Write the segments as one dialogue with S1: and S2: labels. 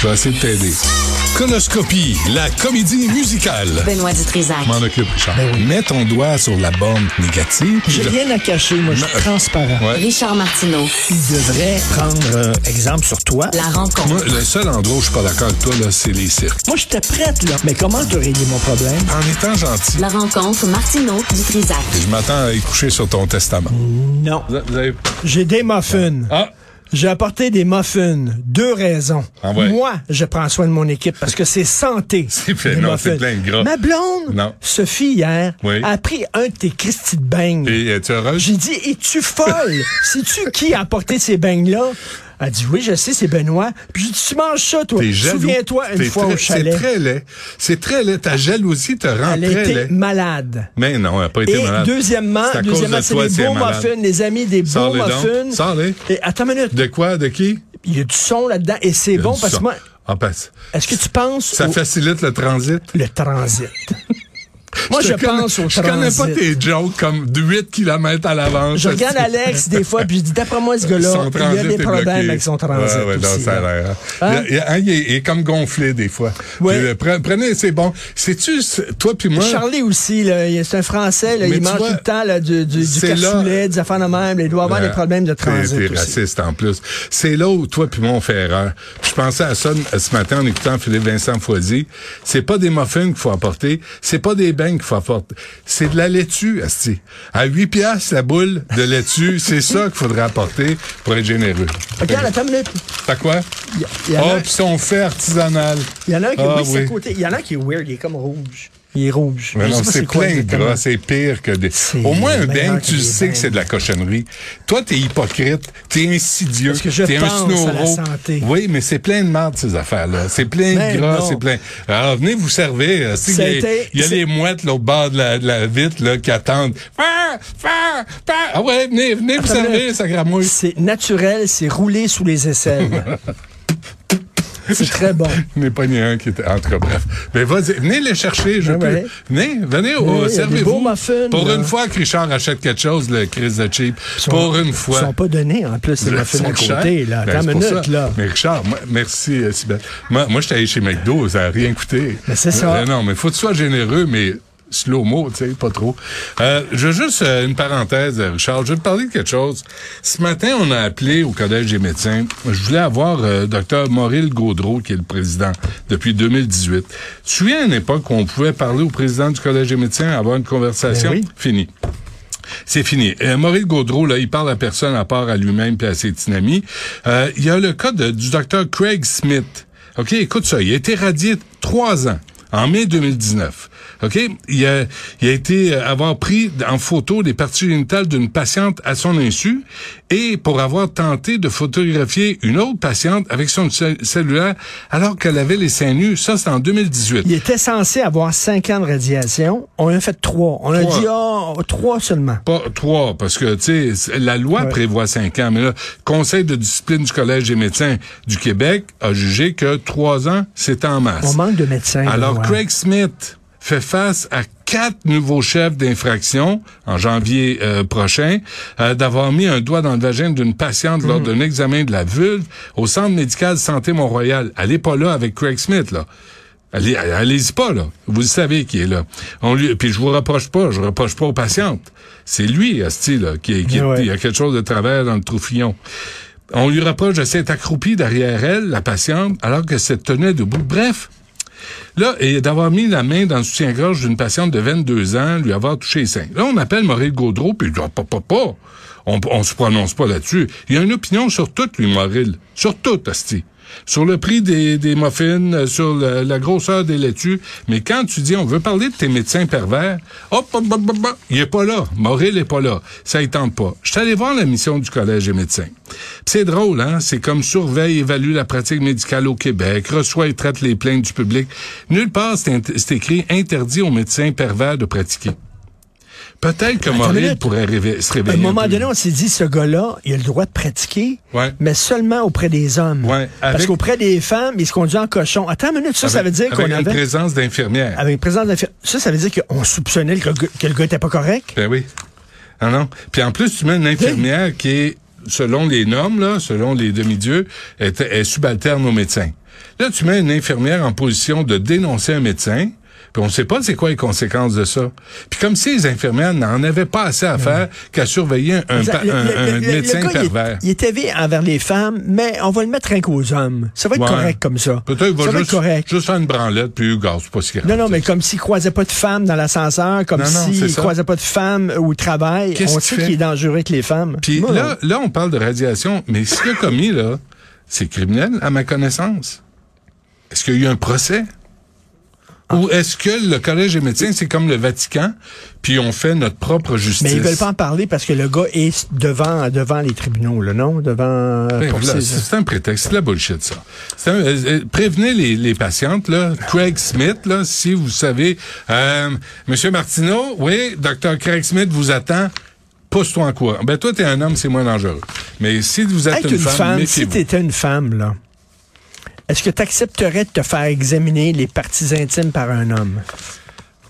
S1: Je vais essayer de t'aider. Conoscopie, la comédie musicale.
S2: Benoît Dutrisac.
S1: M'en occupe, Richard.
S3: Ben
S1: Mets ton doigt sur la bande négative.
S3: J'ai
S1: puis
S3: rien à cacher, moi, je suis transparent.
S1: Ouais.
S2: Richard Martineau.
S3: Il devrait prendre euh, exemple sur toi.
S2: La rencontre.
S1: Moi, le seul endroit où je suis pas d'accord avec toi, là, c'est les cirques.
S3: Moi, j'étais prête, là. Mais comment te régler mon problème?
S1: En étant gentil,
S2: La rencontre Martineau Dutrisac.
S1: je m'attends à y coucher sur ton testament.
S3: Non.
S1: Vous a- vous avez-
S3: J'ai des muffins.
S1: Ah!
S3: J'ai apporté des muffins. Deux raisons.
S1: Ah ouais.
S3: Moi, je prends soin de mon équipe parce que c'est santé.
S1: C'est plein-
S3: des
S1: non, c'est
S3: muffins.
S1: plein de gras.
S3: Ma blonde,
S1: Non.
S3: Sophie, hier,
S1: Oui.
S3: a pris un de tes Christy de beignes.
S1: Et es-tu heureuse?
S3: J'ai dit, es-tu folle? Sais-tu qui a apporté ces beignes-là? Elle dit, oui, je sais, c'est Benoît. Puis j'ai dit, tu manges ça, toi.
S1: T'es jaloux.
S3: Souviens-toi une
S1: T'es
S3: fois
S1: très-
S3: au chalet.
S1: C'est très laid. C'est très laid. Ta jalousie te rend
S3: Elle
S1: très
S3: était
S1: laid.
S3: malade.
S1: Mais non, elle n'a pas été
S3: Et
S1: malade.
S3: deuxièmement,
S1: C'est à
S3: deuxièmement,
S1: cause de
S3: c'est
S1: toi,
S3: des
S1: si elle
S3: beaux
S1: est malade.
S3: muffins, les amis, des beaux
S1: Sors-les donc.
S3: muffins.
S1: Sors-les.
S3: Et attends une minute,
S1: De quoi? De qui?
S3: il y a du son là-dedans et c'est bon
S1: Du
S3: parce
S1: sang.
S3: que moi,
S1: Ah, parce-
S3: est-ce que tu penses
S1: Ça
S3: au-
S1: facilite le transit.
S3: le transit? moi, je,
S1: te connais-
S3: pense au
S1: Je
S3: transit.
S1: connais pas tes jokes comme de 8 km à l'avance.
S3: Je regarde Alex des fois, puis je dis, d'après moi, ce gars-là,
S1: Son
S3: il a
S1: transit
S3: des
S1: est
S3: problèmes
S1: bloqué.
S3: avec son transit.
S1: Ouais, ouais, non,
S3: aussi,
S1: ça a
S3: là.
S1: l'air, hein.
S3: Hein?
S1: Il, y a- hein, il est, il est comme gonflé des fois.
S3: Ouais.
S1: Puis, euh, pre- prenez, c'est bon. Sais-tu, c'est- toi puis moi,
S3: Charlie aussi, là, il- c'est un Français, là,
S1: Mais
S3: il
S1: tu
S3: mange
S1: vois,
S3: tout le temps là, du, du, du
S1: c'est là-
S3: cassoulet, des affaires de même. là, il doit avoir
S1: euh,
S3: des problèmes de
S1: t'es- T'es
S3: transit aussi.
S1: raciste en plus. C'est là où toi puis moi on fait erreur. Puis Je pensais à ça euh, ce matin en écoutant Philippe Vincent Foisy. C'est pas des muffins qu'il faut apporter, c'est pas des beignes qu'il faut apporter. C'est de la laitue, asti. À 8 piastres la boule de laitue, c'est ça qu'il faudrait apporter pour être généreux.
S3: Regarde, attends une minute.
S1: T'as quoi?
S3: il y en a-
S1: oh, puis son fait artisanal.
S3: Il y en a un qui,
S1: Ah,
S3: oui, c'est à côté. Il y en a un qui est weird, il est comme rouge. Il est rouge.
S1: Mais
S3: Je
S1: non,
S3: sais pas
S1: c'est
S3: quoi
S1: plein de
S3: exactement.
S1: gras, c'est pire que des.
S3: C'est
S1: Au moins un
S3: meilleur
S1: dingue,
S3: que
S1: tu
S3: des
S1: sais que
S3: dingues.
S1: c'est de la cochonnerie. Toi, t'es hypocrite, t'es insidieux,
S3: Parce que je
S1: t'es un
S3: pense à la
S1: snoro.
S3: santé.
S1: Oui, mais c'est plein de marde ces affaires-là. C'est plein
S3: Mais
S1: de gras,
S3: non.
S1: c'est plein. Alors venez vous servir. euh, si Il y a,
S3: C'était-
S1: il y a
S3: c'est-
S1: les mouettes là, au bord de la, de la vitre là, qui attendent. Ah, ah, ah. Ah ouais, venez, venez vous
S3: Attends une
S1: servir,
S3: minute.
S1: ça gramouille.
S3: C'est naturel, c'est roulé sous les aisselles. c'est très bon.
S1: J'en ai pogné un qui était. En tout cas, bref. Mais vas-y, venez les chercher, je
S3: Ah
S1: peux.
S3: ouais.
S1: Venez, venez
S3: Oui, il y
S1: au
S3: a des beaux
S1: servez-vous.
S3: muffins,
S1: Pour
S3: là.
S1: une fois que Richard achète quelque chose, le Chris de Cheap.
S3: Ils sont-
S1: pour une
S3: Ils
S1: fois.
S3: sont pas donnés, en plus, les
S1: Ils
S3: muffins
S1: sont
S3: à
S1: chers.
S3: côté. Là.
S1: Ben,
S3: Attends
S1: c'est
S3: une
S1: pour
S3: minute,
S1: ça.
S3: là.
S1: Mais Richard, moi- merci, euh, Sybelle. Moi, moi j'étais allé chez McDo, ça n'a rien coûté.
S3: Mais Ben, c'est ça.
S1: Mais non, mais faut que tu sois généreux, mais slow-mo, tu sais, pas trop. Euh, je veux juste euh, une parenthèse, euh, Richard. Je veux te parler de quelque chose. Ce matin, on a appelé au Collège des médecins. Je voulais avoir euh, docteur Mauril Gaudreau, qui est le président depuis 2018. Tu te souviens à une époque où on pouvait parler au président du Collège des médecins, avoir une conversation?
S3: Ben oui.
S1: Fini. C'est fini. Euh, Maurice Gaudreau, là, il parle à personne à part à lui-même et à ses petits amis. Euh, il y a le cas de- du docteur Craig Smith. OK, écoute ça. Il a été radié trois ans. En mai 2019, ok, il a, il a été euh, avoir pris en photo des parties génitales d'une patiente à son insu et pour avoir tenté de photographier une autre patiente avec son cell- cellulaire alors qu'elle avait les seins nus. Ça, c'est en 2018.
S3: Il était censé avoir 5 ans de radiation. On en a fait 3. On a
S1: Trois.
S3: dit, ah, 3 seulement.
S1: Pas trois, parce que, tu sais, la loi
S3: Ouais.
S1: prévoit cinq ans, mais là, Conseil de discipline du Collège des médecins du Québec a jugé que trois ans, c'est en
S3: On
S1: masse.
S3: manque de médecins.
S1: Alors,
S3: Benoît.
S1: Craig Smith fait face à quatre nouveaux chefs d'infraction en janvier euh, prochain euh, d'avoir mis un doigt dans le vagin d'une patiente
S3: Hmm.
S1: lors d'un examen de la vulve au Centre médical Santé Mont-Royal. Elle est pas là avec Craig Smith, là. Allez, allez-y pas, là. Vous le savez qui est là. On lui, puis je vous reproche pas, je reproche pas aux patientes. C'est lui, Asti, là, qui, qui
S3: Ouais.
S1: il y a quelque chose de travers dans le troufillon. On lui reproche de s'être accroupi derrière elle, la patiente, alors que se tenait debout. Bref, Là, et d'avoir mis la main dans le soutien-gorge d'une patiente de 22 ans, lui avoir touché les seins. Là, on appelle Maurice Gaudreau, puis il dit, Ah, pas, pas, pas. On, on se prononce pas là-dessus. Il a une opinion sur tout, lui, Maurice. Sur tout, Asti. Sur le prix des, des muffins, euh, sur le- la grosseur des laitues. Mais quand tu dis, on veut parler de tes médecins pervers, hop, hop, hop, hop, hop, il est pas là. Maurice est pas là. Ça y tente pas. Je suis allé voir la mission du Collège des médecins. Puis c'est drôle, hein? C'est comme surveille, évalue la pratique médicale au Québec, reçoit et traite les plaintes du public. Nulle part, c'est int- c'est écrit interdit aux médecins pervers de pratiquer. Peut-être que
S3: une
S1: Maurice
S3: minute.
S1: pourrait réve- se
S3: À un
S1: réveiller.
S3: moment
S1: peu.
S3: donné, on s'est dit, ce gars-là, il a le droit de pratiquer,
S1: Ouais.
S3: mais seulement auprès des hommes.
S1: Ouais,
S3: Parce
S1: avec-
S3: qu'auprès des femmes, il se conduit en cochon. Attends une minute, ça, ça veut
S1: Avec-
S3: dire qu'on
S1: avec une
S3: avait...
S1: présence d'infirmière.
S3: Avec une présence d'infir- Ça, ça veut dire qu'on soupçonnait que le gars- que le gars était pas correct.
S1: Ben oui. Ah non. Puis en plus, tu mets une infirmière qui est selon les normes, là, selon les demi-dieux, est, est subalterne aux médecins. Là, tu mets une infirmière en position de dénoncer un médecin, puis on ne sait pas c'est quoi les conséquences de ça. Puis comme si les infirmières n'en avaient pas assez à faire qu'à surveiller un,
S3: Le-
S1: pa-
S3: le-
S1: un-
S3: le-
S1: un
S3: le- le
S1: médecin
S3: gars, il est-
S1: pervers.
S3: Il est élevé envers les femmes, mais on va le mettre rien qu'aux hommes. Ça va être
S1: Ouais.
S3: correct comme ça.
S1: Peut-être qu'il
S3: ça
S1: va
S3: va
S1: juste,
S3: être correct.
S1: juste faire une branlette, puis gars, c'est pas si grave.
S3: Non, non, mais comme s'il croisait pas de femmes dans l'ascenseur, comme
S1: Non, non,
S3: s'il
S1: c'est
S3: ne
S1: ça.
S3: croisait pas de femmes au travail.
S1: Qu'est-ce
S3: On
S1: qu'il
S3: sait
S1: fait?
S3: qu'il est dangereux avec les femmes.
S1: Puis
S3: Moi,
S1: là, là, on parle de radiation, mais ce qu'il a commis, là, c'est criminel, à ma connaissance. Est-ce qu'il y a eu un procès?
S3: Ah.
S1: Ou est-ce que le Collège des médecins, c'est comme le Vatican, puis on fait notre propre justice?
S3: Mais ils veulent pas en parler parce que le gars est devant, devant les tribunaux, là, non? Devant.
S1: Ben,
S3: pour
S1: voilà,
S3: ses-
S1: c'est c'est un prétexte, c'est de la bullshit, ça. C'est un- euh, euh, prévenez les, les patientes, là. Craig Smith, là, si vous savez, euh, Monsieur Martineau, oui, docteur Craig Smith vous attend. Pousse-toi en courant. Ben, toi, t'es un homme, c'est moins dangereux. Mais si vous êtes
S3: Hey, t'es
S1: une, femme,
S3: si
S1: méfiez-vous.
S3: t'étais une femme, là, est-ce que tu accepterais de te faire examiner les parties intimes par un homme?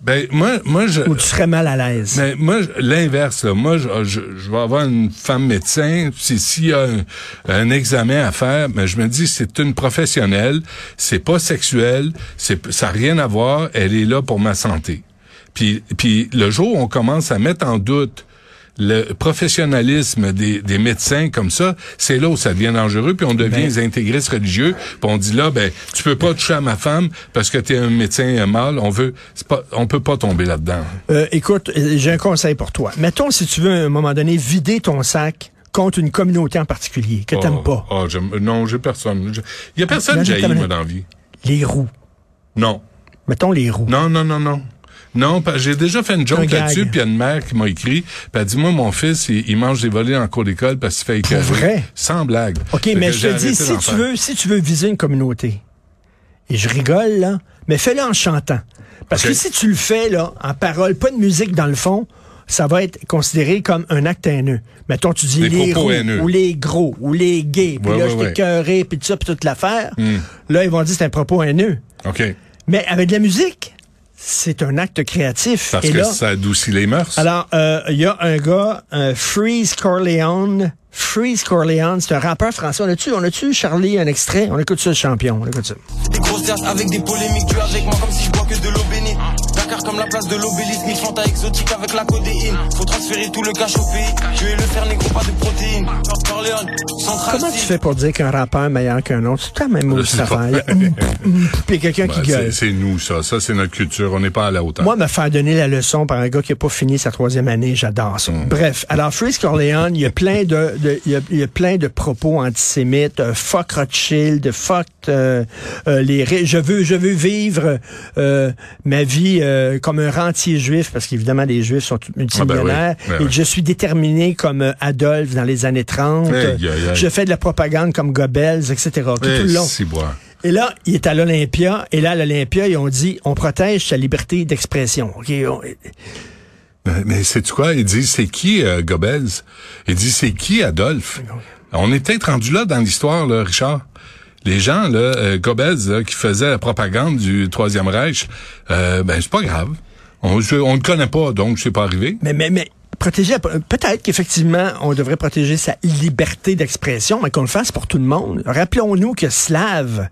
S1: Ben, moi, moi, je,
S3: Ou tu serais mal à l'aise?
S1: Mais moi, je- l'inverse, là. Moi, je, je, je vais avoir une femme médecin. Si- S'il y a un, un examen à faire, mais je me dis, c'est une professionnelle. C'est pas sexuel. C'est, ça n'a rien à voir. Elle est là pour ma santé. Puis, puis le jour où on commence à mettre en doute le professionnalisme des, des médecins comme ça, c'est là où ça devient dangereux, puis on devient des intégristes religieux, puis on dit là, ben, tu peux pas toucher à ma femme parce que tu es un médecin euh, mâle, on veut, c'est pas, on peut pas tomber là-dedans.
S3: Euh, écoute, euh, j'ai un conseil pour toi. Mettons, si tu veux, à un moment donné, vider ton sac contre une communauté en particulier que t'aimes
S1: Oh,
S3: pas. Ah,
S1: oh, j'aime- non, j'ai personne. Je- Il y a personne
S3: Non,
S1: que
S3: j'ai
S1: j'haïs,
S3: terminé.
S1: moi, dans la vie.
S3: Les roues.
S1: Non.
S3: Mettons les roues.
S1: Non, non, non, non. Non, parce que j'ai déjà fait une
S3: Un
S1: joke
S3: gag.
S1: là-dessus, puis il y a une mère qui m'a écrit, puis elle dit, moi, mon fils, il, il mange des volets en cours d'école parce qu'il fait écœurer.
S3: vrai?
S1: Sans blague.
S3: OK,
S1: Fait
S3: mais
S1: que
S3: je
S1: j'ai
S3: te dis,
S1: arrêté
S3: si
S1: d'en
S3: tu,
S1: faire.
S3: veux, si tu veux viser une communauté, et je rigole, là, mais fais-le en chantant. Parce
S1: OK.
S3: que si tu le fais, là, en parole, pas de musique dans le fond, ça va être considéré comme un acte haineux. Mettons, tu dis
S1: Des
S3: les
S1: propos
S3: roux,
S1: haineux.
S3: ou les gros, ou les gays, puis
S1: Ouais,
S3: là,
S1: ouais,
S3: je
S1: ouais. Hmm.
S3: t'écœurais, puis tout ça, puis toute l'affaire. Là, ils vont dire c'est un propos haineux.
S1: OK.
S3: Mais avec de la musique, c'est un acte créatif.
S1: Parce
S3: Et
S1: que
S3: là,
S1: ça adoucit les mœurs.
S3: alors, euh, il y a un gars, un Freeze Corleone. Freeze Corleone, c'est un rappeur français. On a-tu, on a-tu, Charlie, un extrait? On écoute ça, le champion. On écoute ça.
S4: Des grosses certes avec des polémiques, tu es avec moi comme si je bois que de l'eau bénite. Dakar comme la place de l'obélisque, mille fanta exotique avec la codéine. Faut transférer tout le cash au pays. Tu es le fer négro, pas de protéines. Corleone, central.
S3: Comment tu
S4: City.
S3: fais pour dire qu'un rappeur est meilleur qu'un autre? C'est quand même
S1: Je
S3: mauvaise
S1: sais Euh, pas.
S3: affaire. Il y a hum, hum, puis il y a quelqu'un
S1: Ben,
S3: qui gueule.
S1: c'est, c'est nous, ça. Ça, c'est notre culture. On n'est pas à la hauteur.
S3: Moi, me faire donner la leçon par un gars qui n'a pas fini sa troisième année, j'adore ça.
S1: Mm.
S3: Bref, alors Freeze Corleone, il y a plein de, de- il y a, il y a plein de propos antisémites, euh, fuck Rothschild, fuck euh, euh, les ri- je veux je veux vivre euh, ma vie euh, comme un rentier juif parce qu'évidemment les juifs sont tous multimillionnaires
S1: Ah ben oui, ben
S3: et
S1: oui.
S3: je suis déterminé comme euh, Adolphe dans les années 30.
S1: Aïe, aïe, aïe.
S3: Je fais de la propagande comme Goebbels, etc. Tout
S1: Eh,
S3: le long.
S1: si, boire.
S3: Et là, il est à l'Olympia, et là, à l'Olympia, ils ont dit, on protège sa liberté d'expression. OK, on-
S1: Mais- Euh, Mais c'est quoi? Il dit, c'est qui euh, Goebbels? Il dit, c'est qui Adolphe? On est peut-être rendu là dans l'histoire, là, Richard. Les gens, là, euh, Goebbels, là, qui faisait la propagande du Troisième Reich, euh, ben c'est pas grave. On je- on ne connaît pas, donc c'est pas arrivé.
S3: Mais, mais, mais, protéger, la- peut-être qu'effectivement, on devrait protéger sa liberté d'expression, mais qu'on le fasse pour tout le monde. Rappelons-nous que Slave,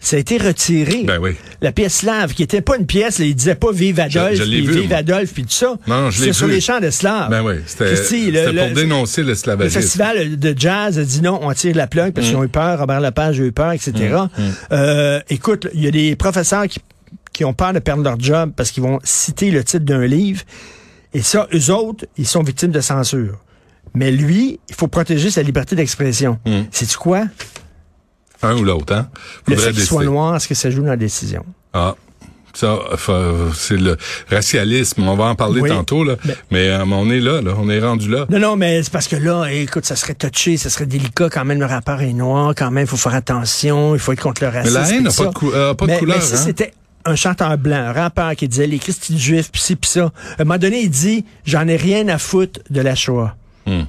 S3: ça a été retiré.
S1: Ben oui.
S3: La pièce Slave, qui était pas une pièce, là, il disait pas Vive Adolphe,
S1: je l'ai
S3: puis
S1: vu,
S3: Vive
S1: moi.
S3: Adolphe, puis tout ça.
S1: Non, je l'ai
S3: C'est sur
S1: vu.
S3: les champs de Slaves.
S1: Ben oui, c'était
S3: Christy, Ah. le-
S1: c'était pour
S3: le-
S1: dénoncer le
S3: Le
S1: slavagisme.
S3: festival de jazz a dit non, on tire la plug
S1: Mm.
S3: parce qu'ils ont eu peur, Robert Lepage a eu peur, etc. Euh, écoute, il y a des professeurs qui, qui ont peur de perdre leur job parce qu'ils vont citer le titre d'un livre. Et ça, eux autres, ils sont victimes de censure. Mais lui, il faut protéger sa liberté d'expression.
S1: Mm.
S3: C'est-tu quoi?
S1: Un ou l'autre, hein?
S3: Le
S1: Faudrait
S3: fait qu'il soit
S1: décider.
S3: noir, est-ce que ça joue dans la décision?
S1: Ah. Ça, fa- c'est le racialisme. On va en parler
S3: Oui.
S1: tantôt, là.
S3: Ben-
S1: Mais euh, on est là, là. On est rendu là.
S3: Non, non, mais c'est parce que là, écoute, ça serait touché, ça serait délicat quand même, le rapport est noir, quand même, il faut faire attention, il faut être contre le racisme.
S1: la haine
S3: et
S1: a
S3: tout
S1: pas de
S3: ça.
S1: cou- euh, a pas de
S3: mais,
S1: couleur,
S3: Mais si
S1: hein.
S3: c'était un chanteur blanc, un rappeur qui disait les Christi juifs, pis ci, pis ça, à un moment donné, il dit, j'en ai rien à foutre de la Shoah.
S1: Hmm.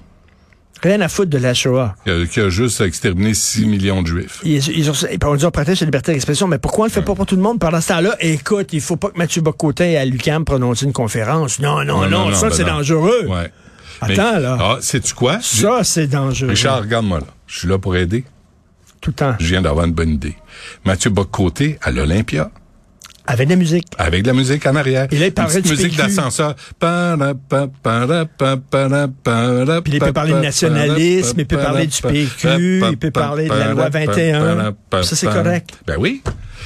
S3: Rien à foutre de la Shoah.
S1: Euh, Qui a juste exterminé 6 millions de juifs.
S3: Ils, ils ont, ils- on dit on protège la liberté d'expression, mais pourquoi
S1: Hmm.
S3: on le fait pas pour tout le monde pendant ce temps-là? Écoute, il faut pas que Mathieu Bocotin à l'UCAM prononce une conférence. Ah Non, non, non,
S1: Non, non, non,
S3: ça
S1: ben
S3: c'est
S1: non.
S3: dangereux.
S1: Ouais.
S3: Attends, là.
S1: Ah, sais-tu quoi?
S3: Ça, c'est dangereux.
S1: Richard, regarde-moi là. Je suis là pour aider.
S3: Tout le temps.
S1: Je viens d'avoir une bonne idée. Mathieu Boccoté à l'Olympia,
S3: Avec de la musique.
S1: avec de la musique en arrière.
S3: Et là, il
S1: Une
S3: parlait
S1: petite
S3: du
S1: musique
S3: PQ.
S1: d'ascenseur. Puis
S3: Puis il peut parler de nationalisme, il peut parler du PQ, il peut parler de la loi 21. Ça, c'est correct.
S1: Ben oui.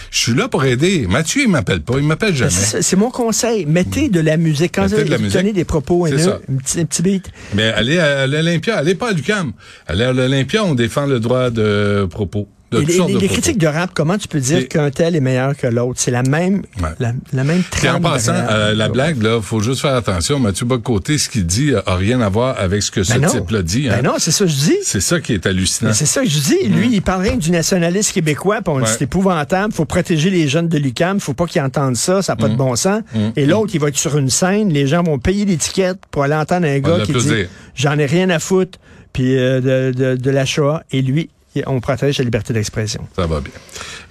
S1: Je suis là pour aider. Mathieu, il m'appelle pas. Il m'appelle jamais.
S3: C'est c'est mon conseil. Mettez de la musique. Quand
S1: Mm. Mettez de la
S3: vous
S1: musique.
S3: donnez des propos,
S1: C'est
S3: haineux,
S1: ça.
S3: un petit, un petit beat.
S1: Mais allez à l'Olympia. Allez pas à l'UQAM. Allez à l'Olympia, on défend le droit de propos. De
S3: Et
S1: toutes
S3: les,
S1: sortes
S3: les-
S1: de
S3: les
S1: propos.
S3: critiques de rap, comment tu peux dire
S1: Et-
S3: qu'un tel est meilleur que l'autre? C'est la même,
S1: Ouais.
S3: la, la même
S1: Puis en
S3: trame
S1: passant,
S3: derrière. hein.
S1: euh, la blague, là, faut juste faire attention. Mathieu Bocoté, ce qu'il dit euh, a rien à voir avec ce que
S3: Ben non.
S1: ce type-là dit. hein.
S3: Ben non, c'est ça que je dis.
S1: C'est ça qui est hallucinant.
S3: Mais c'est ça que je dis. Lui, il parle rien du nationaliste québécois, puis on dit
S1: Hein? Mmh. Ouais.
S3: c'est épouvantable, faut protéger les jeunes de l'UCAM, faut pas qu'ils entendent ça, ça n'a
S1: Mmh.
S3: pas de bon sens. Et l'autre, il va être sur une scène, les gens vont payer l'étiquette pour aller entendre un gars qui
S1: l'applaudir.
S3: dit j'en ai rien à foutre, puis euh, de, de, de la Shoah. Et lui, il- on protège la liberté d'expression.
S1: Ça va bien.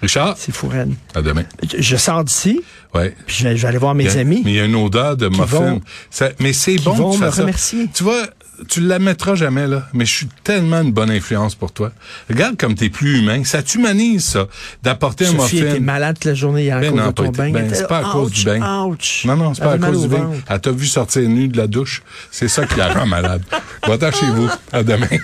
S1: Richard,
S3: C'est fou, Ren.
S1: à demain.
S3: Je, je sors d'ici,
S1: Ouais.
S3: puis je vais, je vais aller voir
S1: Il y
S3: mes
S1: a-
S3: amis.
S1: Ben, Mais il y a une odeur de muffin.
S3: vont-
S1: Ça- mais c'est bon
S3: vont
S1: que tu
S3: me
S1: fasses ça.
S3: remercier.
S1: Tu vois, tu l'admettras jamais, là. Mais je suis tellement une bonne influence pour toi. Regarde comme t'es plus humain. Ça t'humanise, ça, d'apporter un
S3: Sophie
S1: muffin.
S3: était malade toute la journée hier à
S1: Ben
S3: cause
S1: non,
S3: de
S1: pas
S3: ton
S1: été-
S3: bain.
S1: ben,
S3: Elle était
S1: c'est pas à
S3: là,
S1: cause du bain.
S3: Ouch, ouch.
S1: Non, non, c'est
S3: Elle
S1: pas à
S3: avait mal
S1: cause
S3: au
S1: du bain.
S3: ventre.
S1: Elle t'a vu sortir nue de la douche. C'est ça qui la rend malade. Va-t'en chez vous. À demain.